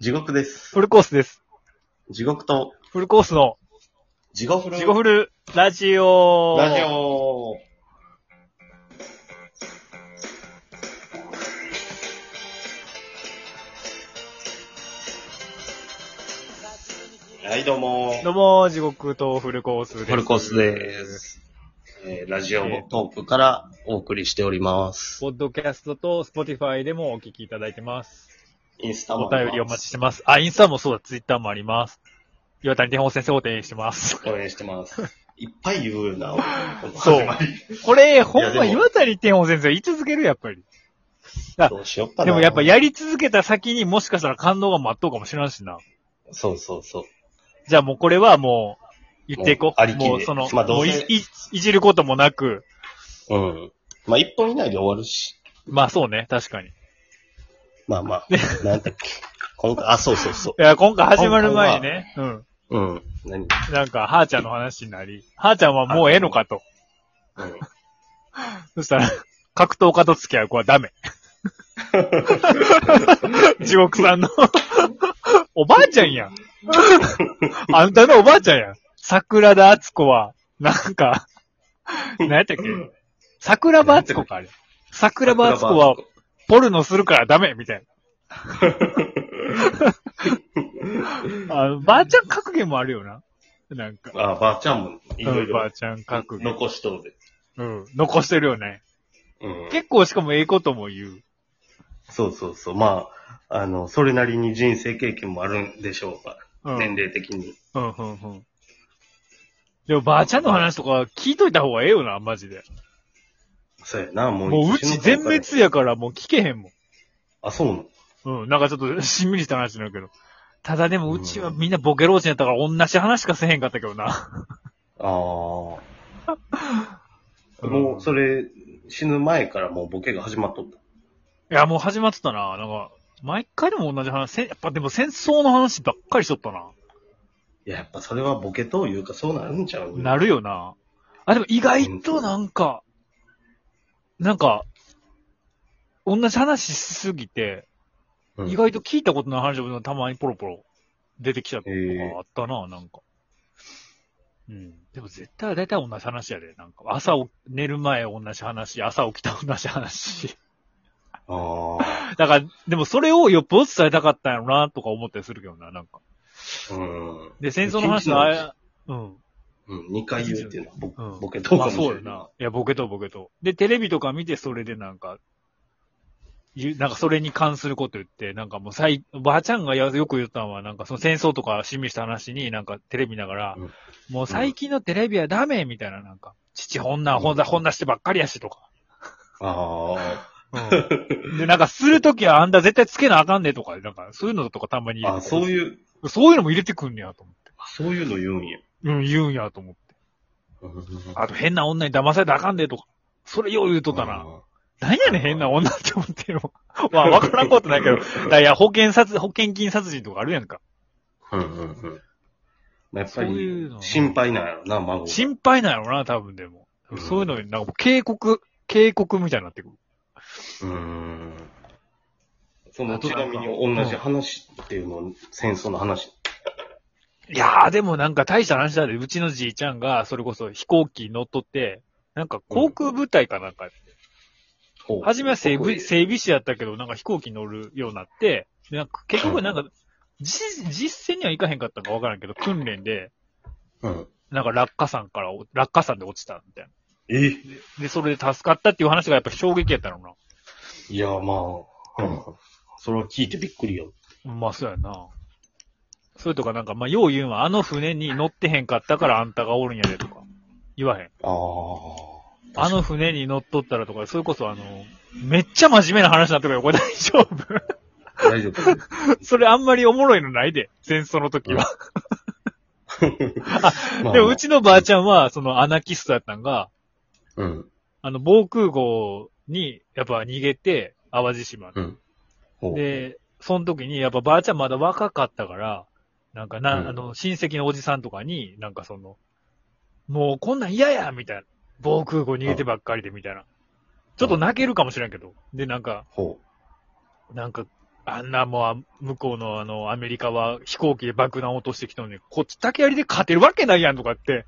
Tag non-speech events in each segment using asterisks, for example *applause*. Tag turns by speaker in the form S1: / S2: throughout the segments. S1: 地獄です。
S2: フルコースです。
S1: 地獄と、
S2: フルコースの、
S1: 地獄
S2: ジゴフル、ラジオ。
S1: ラジ。オはい、どうも。
S2: どうも、地獄とフルコースです。
S1: フルコースで。す。えーラジオトークからお送りしております。
S2: ポッドキャストとスポティファイでもお聞きいただいてます。
S1: インスタも
S2: お
S1: ありま
S2: 便
S1: す
S2: りお待ちしてます。あ、インスタもそうだ、ツイッターもあります。岩谷天保先生を提案してます。
S1: 応援してます。いっぱい言うな、俺
S2: そ
S1: 始
S2: う
S1: まり
S2: *laughs* これ、ほ
S1: い
S2: ん
S1: や
S2: ま
S1: でも
S2: 岩谷天保先生は言い続ける、やっぱり。あ
S1: どうしよっかな。
S2: でもやっぱ、やり続けた先にもしかしたら感動が待っとうかもしれんしな。
S1: そうそうそう。
S2: じゃあもうこれはもう、言っていこ
S1: もうあ
S2: う。
S1: りきで
S2: もうその、
S1: まあど
S2: も
S1: う
S2: う
S1: せ
S2: いいいじることもなく、
S1: うん。まあ、一本以内で終わるし。
S2: まあそうね、確かに。
S1: まあまあ、なんだっけ。今回、あ、そうそうそ
S2: いや、今回始まる前にね、うん。
S1: う。うん。何
S2: なんか、はーちゃんの話になり、はーちゃんはもうええのかと。
S1: うん。
S2: そしたら、格闘家と付き合う子は *laughs* ダメ。地獄さんの、おばあちゃんやん。あんたのおばあちゃんやん。桜田敦子は、なんか、何やったっけ桜庭敦子か、あれ。桜庭敦子は、ポルノするからダメみたいな。あの、ばあちゃん格言もあるよな。なんか。
S1: *laughs* あ、ばあちゃんも、いろい
S2: うんばあ
S1: ろ、
S2: ちゃん格言。
S1: 残しとるで。
S2: うん。残してるよね。
S1: うん。
S2: 結構しかもええことも言う。
S1: そうそうそう。まあ、あの、それなりに人生経験もあるんでしょうか。
S2: うん。
S1: 年齢的に。
S2: うん、うん、うん。でもばあちゃんの話とか聞いといた方がええよな、マジで。
S1: そうやな、もう。
S2: もううち全滅やからもう聞けへんも
S1: あ、そうなの。
S2: ん。うん。なんかちょっとしんみりした話になるけど。ただでもうちはみんなボケ老人やったから同じ話しかせへんかったけどな。
S1: ああ。
S2: *laughs* うん
S1: もう、それ、死ぬ前からもうボケが始まっとった。
S2: いや、もう始まってたな。なんか、毎回でも同じ話。せやっぱでも戦争の話ばっかりしとったな。
S1: いや、やっぱそれはボケというか、そうなるんちゃう
S2: なるよな。あ、でも意外となんか、なんか、同じ話しすぎて、
S1: うん
S2: 意外と聞いたことない話もたまにポロポロ出てきちゃったと
S1: へ
S2: か
S1: え
S2: あったな、なんか。うん。でも絶対大体同じ話やで。なんか、朝お寝る前同じ話、朝起きた同じ話。
S1: あ
S2: *laughs*
S1: あ。
S2: だから、でもそれをよっぽど伝えたかったんやろな、とか思ったりするけどな、なんか。
S1: うん。
S2: で、戦争の話のあや、うん。
S1: うん、二回言うっていうのはボ、
S2: うん
S1: ボケとうかも
S2: まあ
S1: しれ
S2: そ
S1: な
S2: うよ
S1: い。
S2: な。いや、ボケとボケと。で、テレビとか見て、それでなんか、ゆなんかそれに関すること言って、なんかもうさい、ばあちゃんがやよく言ったのは、なんかその戦争とかしみした話に、なんかテレビ見ながら、
S1: うん
S2: もう最近のテレビはダメみたいな、なんか、父ほんな、ほんな、ほんなしてばっかりやしとか。
S1: あ
S2: で、なんかするときはあんだ絶対つけなあかんねとか、なんかそういうのとかたまに
S1: あ。あ、そう
S2: う。
S1: いう、
S2: そういうのも入れてくんねやと思って。
S1: そういうの言うんや。
S2: うん、言うんやと思って。あと変な女に騙されたらあかんでとか。それよう言うとったな。何やねん、変な女って思ってるの。まあ、わからんことないけど。だからいや、保険殺、保険金殺人とかあるやんか。
S1: うんうんうん。まあ、やっぱ
S2: そういう
S1: り、
S2: の
S1: 心配なんやろな、孫が。
S2: 心配なんやろな、多分でも
S1: う。ん
S2: そういうのに、なんかもう警告、警告みたいになってくる。
S1: うーん。その、
S2: あと
S1: ち
S2: な
S1: なん
S2: か
S1: みに同じ話っていうの、戦争の話。
S2: いやー、でもなんか大した話だで、うちのじいちゃんが、それこそ飛行機乗っとって、なんか航空部隊かなんか、
S1: ほう
S2: 初めは整備、
S1: そ
S2: 整備士やったけど、なんか飛行機乗るようになって、でなんか結局なんか、じ実践には行かへんかったんかわからんけど、訓練で、
S1: こへうん。
S2: なんか落下山から、落下山で落ちたみたいな。
S1: え
S2: で、それで助かったっていう話がやっぱ衝撃やったの
S1: いや、まあ、うん。それは聞いてびっくりよ。
S2: な。まあ、そうやな。それとかなんか、まあ、よう言うんは、あの船に乗ってへんかったからあんたがおるんやでとか、言わへん。
S1: ああ。
S2: あの船に乗っとったらとか、それこそあの、めっちゃ真面目な話になってくるよ、これ大丈夫。 *laughs*
S1: 大丈夫。
S2: それあんまりおもろいのないで、戦争の時は。
S1: まあ
S2: でも、う、ちのば *laughs* あちゃんは、そのアナキストやったんが、
S1: うん。
S2: あの、防空壕に、やっぱ逃げて、淡路島
S1: うん。ほう、
S2: で、その時に、やっぱばあちゃんまだ若かったから、なんかな、
S1: うん
S2: あの、親戚のおじさんとかに、なんかその、もうこんなん嫌やみたいな。防空壕逃げてばっかりで、みたいな。ちょっと泣けるかもしれんけど。で、なんか、
S1: ほ
S2: なんか、あんなもうあ、向こうのあの、アメリカは飛行機で爆弾落としてきたのに、こっち竹槍で勝てるわけないやんとかって、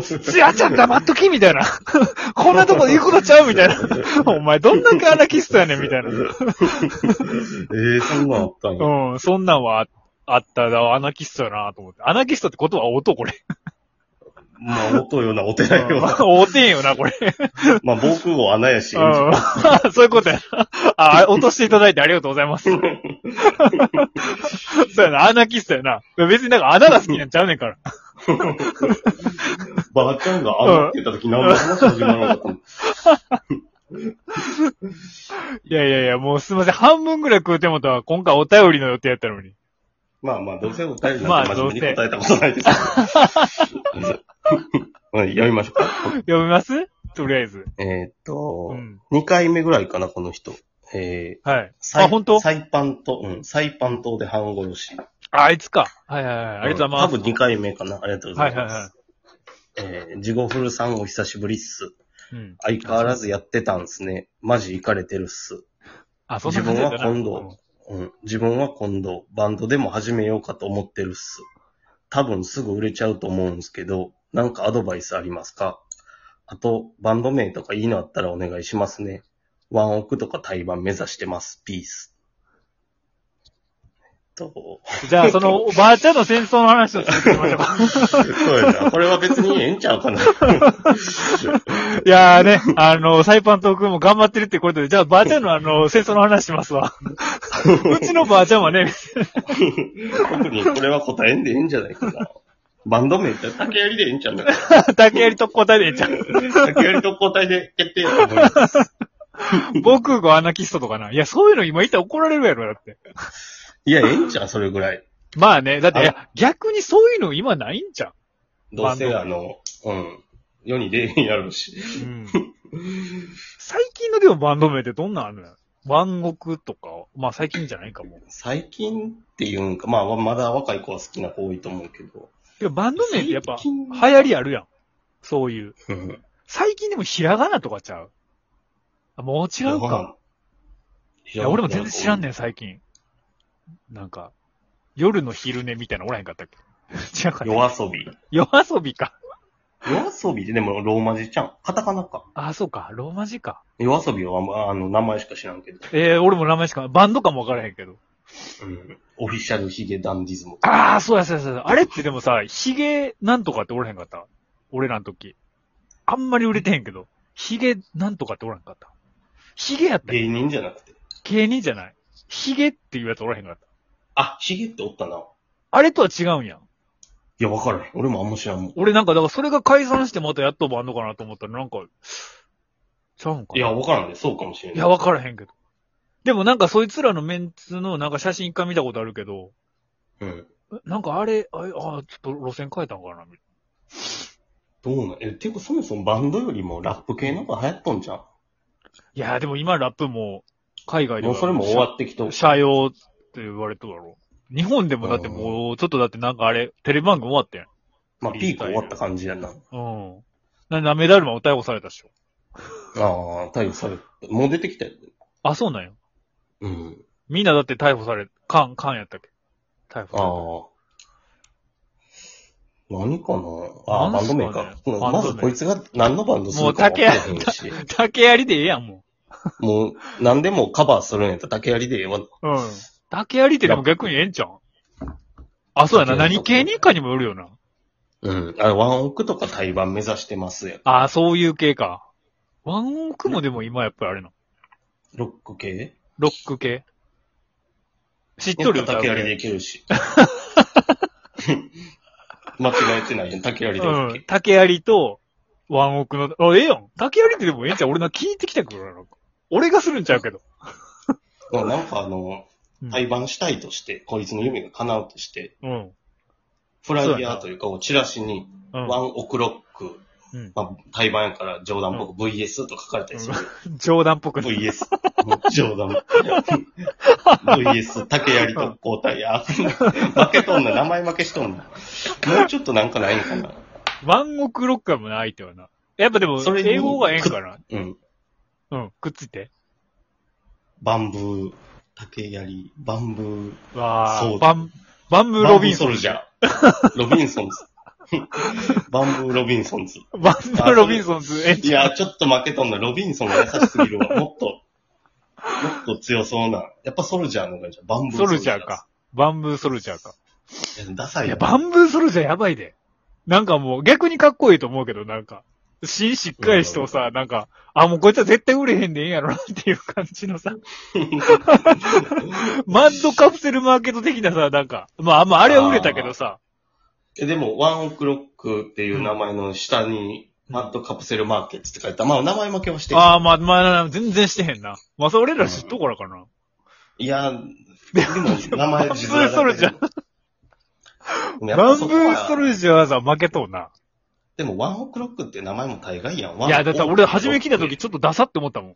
S2: つやちゃん黙っときみたいな。 *laughs* こんなとこで行くことちゃうみたいな。
S1: *laughs*
S2: お前どんだけアナキストやねんみたいな。
S1: ええ、そんなんあったの
S2: うん、そんなんはああったな、アナキストやなと思って。アナキストって言葉は音これ。
S1: まあ、音ような、お寺ような。
S2: おてんよな、これ。
S1: *laughs* まあ、僕を穴やし。
S2: うん。 *laughs* そういうことやな。あ、落としていただいてありがとうござ
S1: *laughs*
S2: います。そうやな、アナキストやな。別になんか穴が好きなんちゃうねんから。
S1: ばあちゃんが穴って言った時、何の話始まらなかっ
S2: いやいやいや、もうすいません。半分ぐらい食うてもたわ。今回お便りの予定やったのに。
S1: たの。まあまあ、どうせお便りな
S2: ま
S1: んて
S2: あど
S1: 真
S2: うせ
S1: 面目に答えたことないですから。はい読 *laughs* みましょうか。
S2: 読みますとりあえず。
S1: えーっと
S2: う、ん。
S1: 2回目ぐらいかな、この人。えー
S2: はい。
S1: サイ
S2: あ、本当
S1: サイパン島、うん、サイパン島で半殺し。
S2: あ、あいつか。はいはいはい。ありがとうございます。
S1: 多分2回目かな。ありがとうございます。
S2: はいはいはい
S1: えー、ジゴフルさんお久しぶりっす。
S2: うん。
S1: 相変わらずやってたんすね。マジイカれてるっす。
S2: あ、そんな感じだったな
S1: 自分は今。うん。自分は今度、バンドでも始めようかと思ってるっす。多分すぐ売れちゃうと思うんすけど、なんかアドバイスありますかあと、バンド名とかいいのあったらお願いしますね。ワンオクとか対バン目指してます。ピース。えっと、
S2: じゃあ、その、おばあちゃんの戦争の話を続けましょうか。
S1: そうやな。これは別にええんちゃうかな。
S2: いやーね、あの、サイパントークも頑張ってるってことで、じゃあ、ばあちゃんのあの、戦争の話します *laughs* わ。うちのばあちゃんはね、
S1: 特にこれは答えんでええんじゃないかな。バンド名って竹槍でええんちゃうの
S2: 竹槍と答えでええんちゃう。
S1: 竹槍と交代で決定やと思います
S2: 僕がアナキストとかな。いや、そういうの今言ったら怒られるやろ、だって。
S1: いや、ええんちゃうそれぐらい。
S2: まあね、だって、
S1: あ
S2: いや逆にそういうの今ないんじゃん。
S1: どうせあの、うん。世に出えへんやろうし。
S2: うん。最近のでもバンド名ってどんなんあるの万国とか、まあ最近じゃないかも。
S1: 最近っていうんか、まあ、まだ若い子は好きな子多いと思うけど。
S2: でもバンド名ってやっぱ、
S1: 最
S2: 流
S1: 近
S2: 行りあるやん。そういう。
S1: うん。
S2: 最近でもひらがなとかちゃうあもう違うか。
S1: い
S2: いや、俺も全然知らんねん、最近。なんか、夜の昼寝みたいなのおらへんかったっけ *laughs* 違うかった。
S1: 夜遊び。
S2: 夜遊びか。
S1: 夜遊びってでもローマ字ちゃん。カタカナか。
S2: あ、そうか。ローマ字か。
S1: 夜遊びはあんまあの、名前しか知らんけど。
S2: えー、俺も名前しか、バンドかもわからへんけど。
S1: うん。オフィシャルヒゲダンディズム。
S2: ああ、そうや、そうや、そうや。あれってでもさ、ヒゲなんとかっておらへんかった。俺らの時。あんまり売れてへんけど。ヒゲなんとかっておらへんかった。ヒゲやった
S1: 芸人じゃなくて。
S2: 芸人じゃない。ヒゲっていうやつおらへんかった。
S1: あ、ヒゲっておったな。い
S2: あれとは違うんやん。
S1: や、わからへん。俺もあんま知らんもん。
S2: 俺なんか、だからそれが解散してまたやっとバンドかなと思ったら、なんか、ちゃうんかな。
S1: いや、わからんね。そうかもしれない。
S2: いや、わからへんけど。でもなんかそいつらのメンツのなんか写真一回見たことあるけど、
S1: うん。
S2: なんかあれ、あれ、あー、ちょっと路線変えたんかな、み
S1: どうなんえ、ていうかそもそもバンドよりもラップ系の方が流行っとんじゃん。
S2: たいな。いや、でも今ラップも、海外で
S1: も
S2: は
S1: うそれも終わってきとる。
S2: 社用って言われとるだろう。日本でもだってもう、ちょっとだってなんかあれ、テレビ番組終わってん。
S1: まあ、ピーク終わった感じやな。あ
S2: うん。な、なめだるまを逮捕されたっしょ。
S1: あ、逮捕された。もう出てきたよ。
S2: あ、そうなんや。
S1: うん。
S2: みんなだって逮捕され、カン、カンやったっけ逮捕された。
S1: ああ。何かなああ、バ
S2: なんす
S1: ンド
S2: かね
S1: 名か。うん
S2: バンド名
S1: まずこいつが何のバンドするか分からへんし。
S2: *laughs* 竹槍でええやん、も
S1: もう、何でもカバーするんやったら竹槍でええわ。
S2: う。うん。竹槍ってでも逆にええんちゃうんあ、そうやな。
S1: 竹槍
S2: 何系にかにもよるよな。
S1: うん。あワンオクとか対バン目指してますやん。
S2: あ、そういう系か。ワンオークもでも今やっぱりあれな。
S1: ロック系
S2: ロック系しっ
S1: や
S2: と
S1: っ
S2: り
S1: ぱ
S2: 歌う
S1: 竹
S2: 系。
S1: 槍でいける
S2: *laughs*
S1: し。間違えてないやん。竹槍で
S2: う
S1: OK
S2: ん。。竹槍と、ワンオクの、あ、ええやん。竹槍ってでもええんちゃう俺な、聞いてきたからな。俺がするんちゃうけど。
S1: まあなんかあの
S2: う、ん
S1: 対バンしたいとして、こいつの夢が叶うとして、
S2: うん。
S1: フライヤーというか、チラシに、
S2: うん。
S1: ワンオクロック、
S2: うん
S1: まあ、対バンやから冗談っぽく VS と書かれたりする。
S2: 冗談
S1: *laughs*
S2: っぽくない。
S1: VS。冗談。VS、竹槍と交代。いや、負けとんな。名前負けしとんな。もうちょっとなんかないのかな。
S2: ワンオクロックやもんな、相手はな。やっぱでも
S1: それ、に
S2: 英語がええんかな。
S1: うん。
S2: うん。くっついて。
S1: バンブー竹槍、バンブー、
S2: わ
S1: そ
S2: あ、
S1: う
S2: バン、バンブーロビンソ
S1: バ
S2: ン
S1: ブ
S2: ズ
S1: ソルジャー。ロビンソンズ。バンブーロビンソンズ。
S2: バンブーロビンソンズ、え、
S1: いや、ちょっと負けとんな。ロビンソンが優しすぎる
S2: *laughs*
S1: わ。もっと、もっと強そうな。やっぱソルジャーの方がいいじゃん。バンブー
S2: ソルジャーか。。バンブーソルジャーか。
S1: いやダサい
S2: いや、
S1: や
S2: バンブーソルジャーやばいで。なんかもう逆にかっこいいと思うけど、なんか。芯しっかりしてもさ、なんか、あ、もうこいつは絶対売れへんでええんやろなっていう感じの *laughs* さ、マッドカプセルマーケット的なさ、なんか、まあ、まあ、あれは売れたけどさ、
S1: えでも、ワンオクロックっていう名前の下に、
S2: うん
S1: マッドカプセルマーケットって書いた。まあ、名前負けはしてる
S2: ああ、まあ、まあ、全然してへんな。まあ、それ俺ら知っとこらかな。
S1: いや、でも、名前自
S2: バンブーソルジャ
S1: ー
S2: バンブーソル
S1: ジャー。
S2: ジャーはさ、負けとうな。
S1: でも、ワンオクロックって名前も大概やん。
S2: いや、だって俺初め聞いた時。ちょっとダサって思ったもん。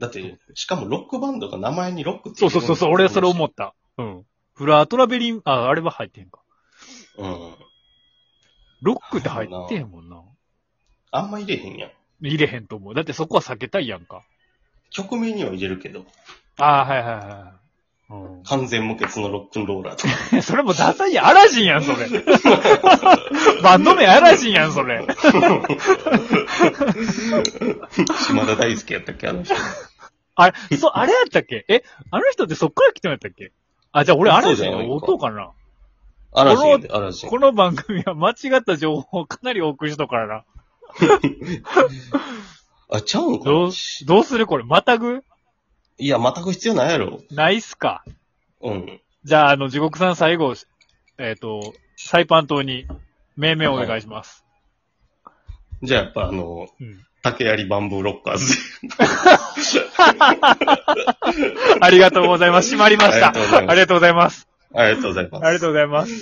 S1: だって、しかもロックバンドが名前にロックついて
S2: そう
S1: る
S2: そうそうそう、俺はそれ思った。うん。フラートラベリン、あ、あれは入ってへんか。
S1: うん。
S2: ロックって入ってへんもんな。
S1: あんま入れへんやん。
S2: 入れへんと思う。だってそこは避けたいやんか。
S1: 曲名には入れるけど、
S2: ああ、はいはいはい。
S1: 完全無欠のロックンローラーとか。
S2: うん、 *laughs* それもダサいやん。アラジンやん、それ。 *laughs* バンド名アラジンやん、それ。
S1: 島田大輔やったっけあの人。
S2: あれ、そう、あれやったっけえ、あの人ってそっから来てもやったっけあ、じゃあ俺アラジンの音かな。
S1: アラジンやで、アラジン。
S2: この番組は間違った情報をかなり多くしとからな。
S1: あ、ちゃうんかな
S2: どう、どうするこれ、またぐ
S1: いや、全く必要ないやろ。
S2: ないっすか
S1: うん。
S2: じゃあ、あの、地獄さん最後、えっ、と、サイパン島に命名お願いします。
S1: じゃあ、やっぱあの、
S2: うん。
S1: 竹槍バンブーロッカーズ。
S2: *laughs* ありがとうございます。閉まりました。
S1: ありがとうございます
S2: ありがとうございます。
S1: ありがとうございます
S2: あ。りがとうございます。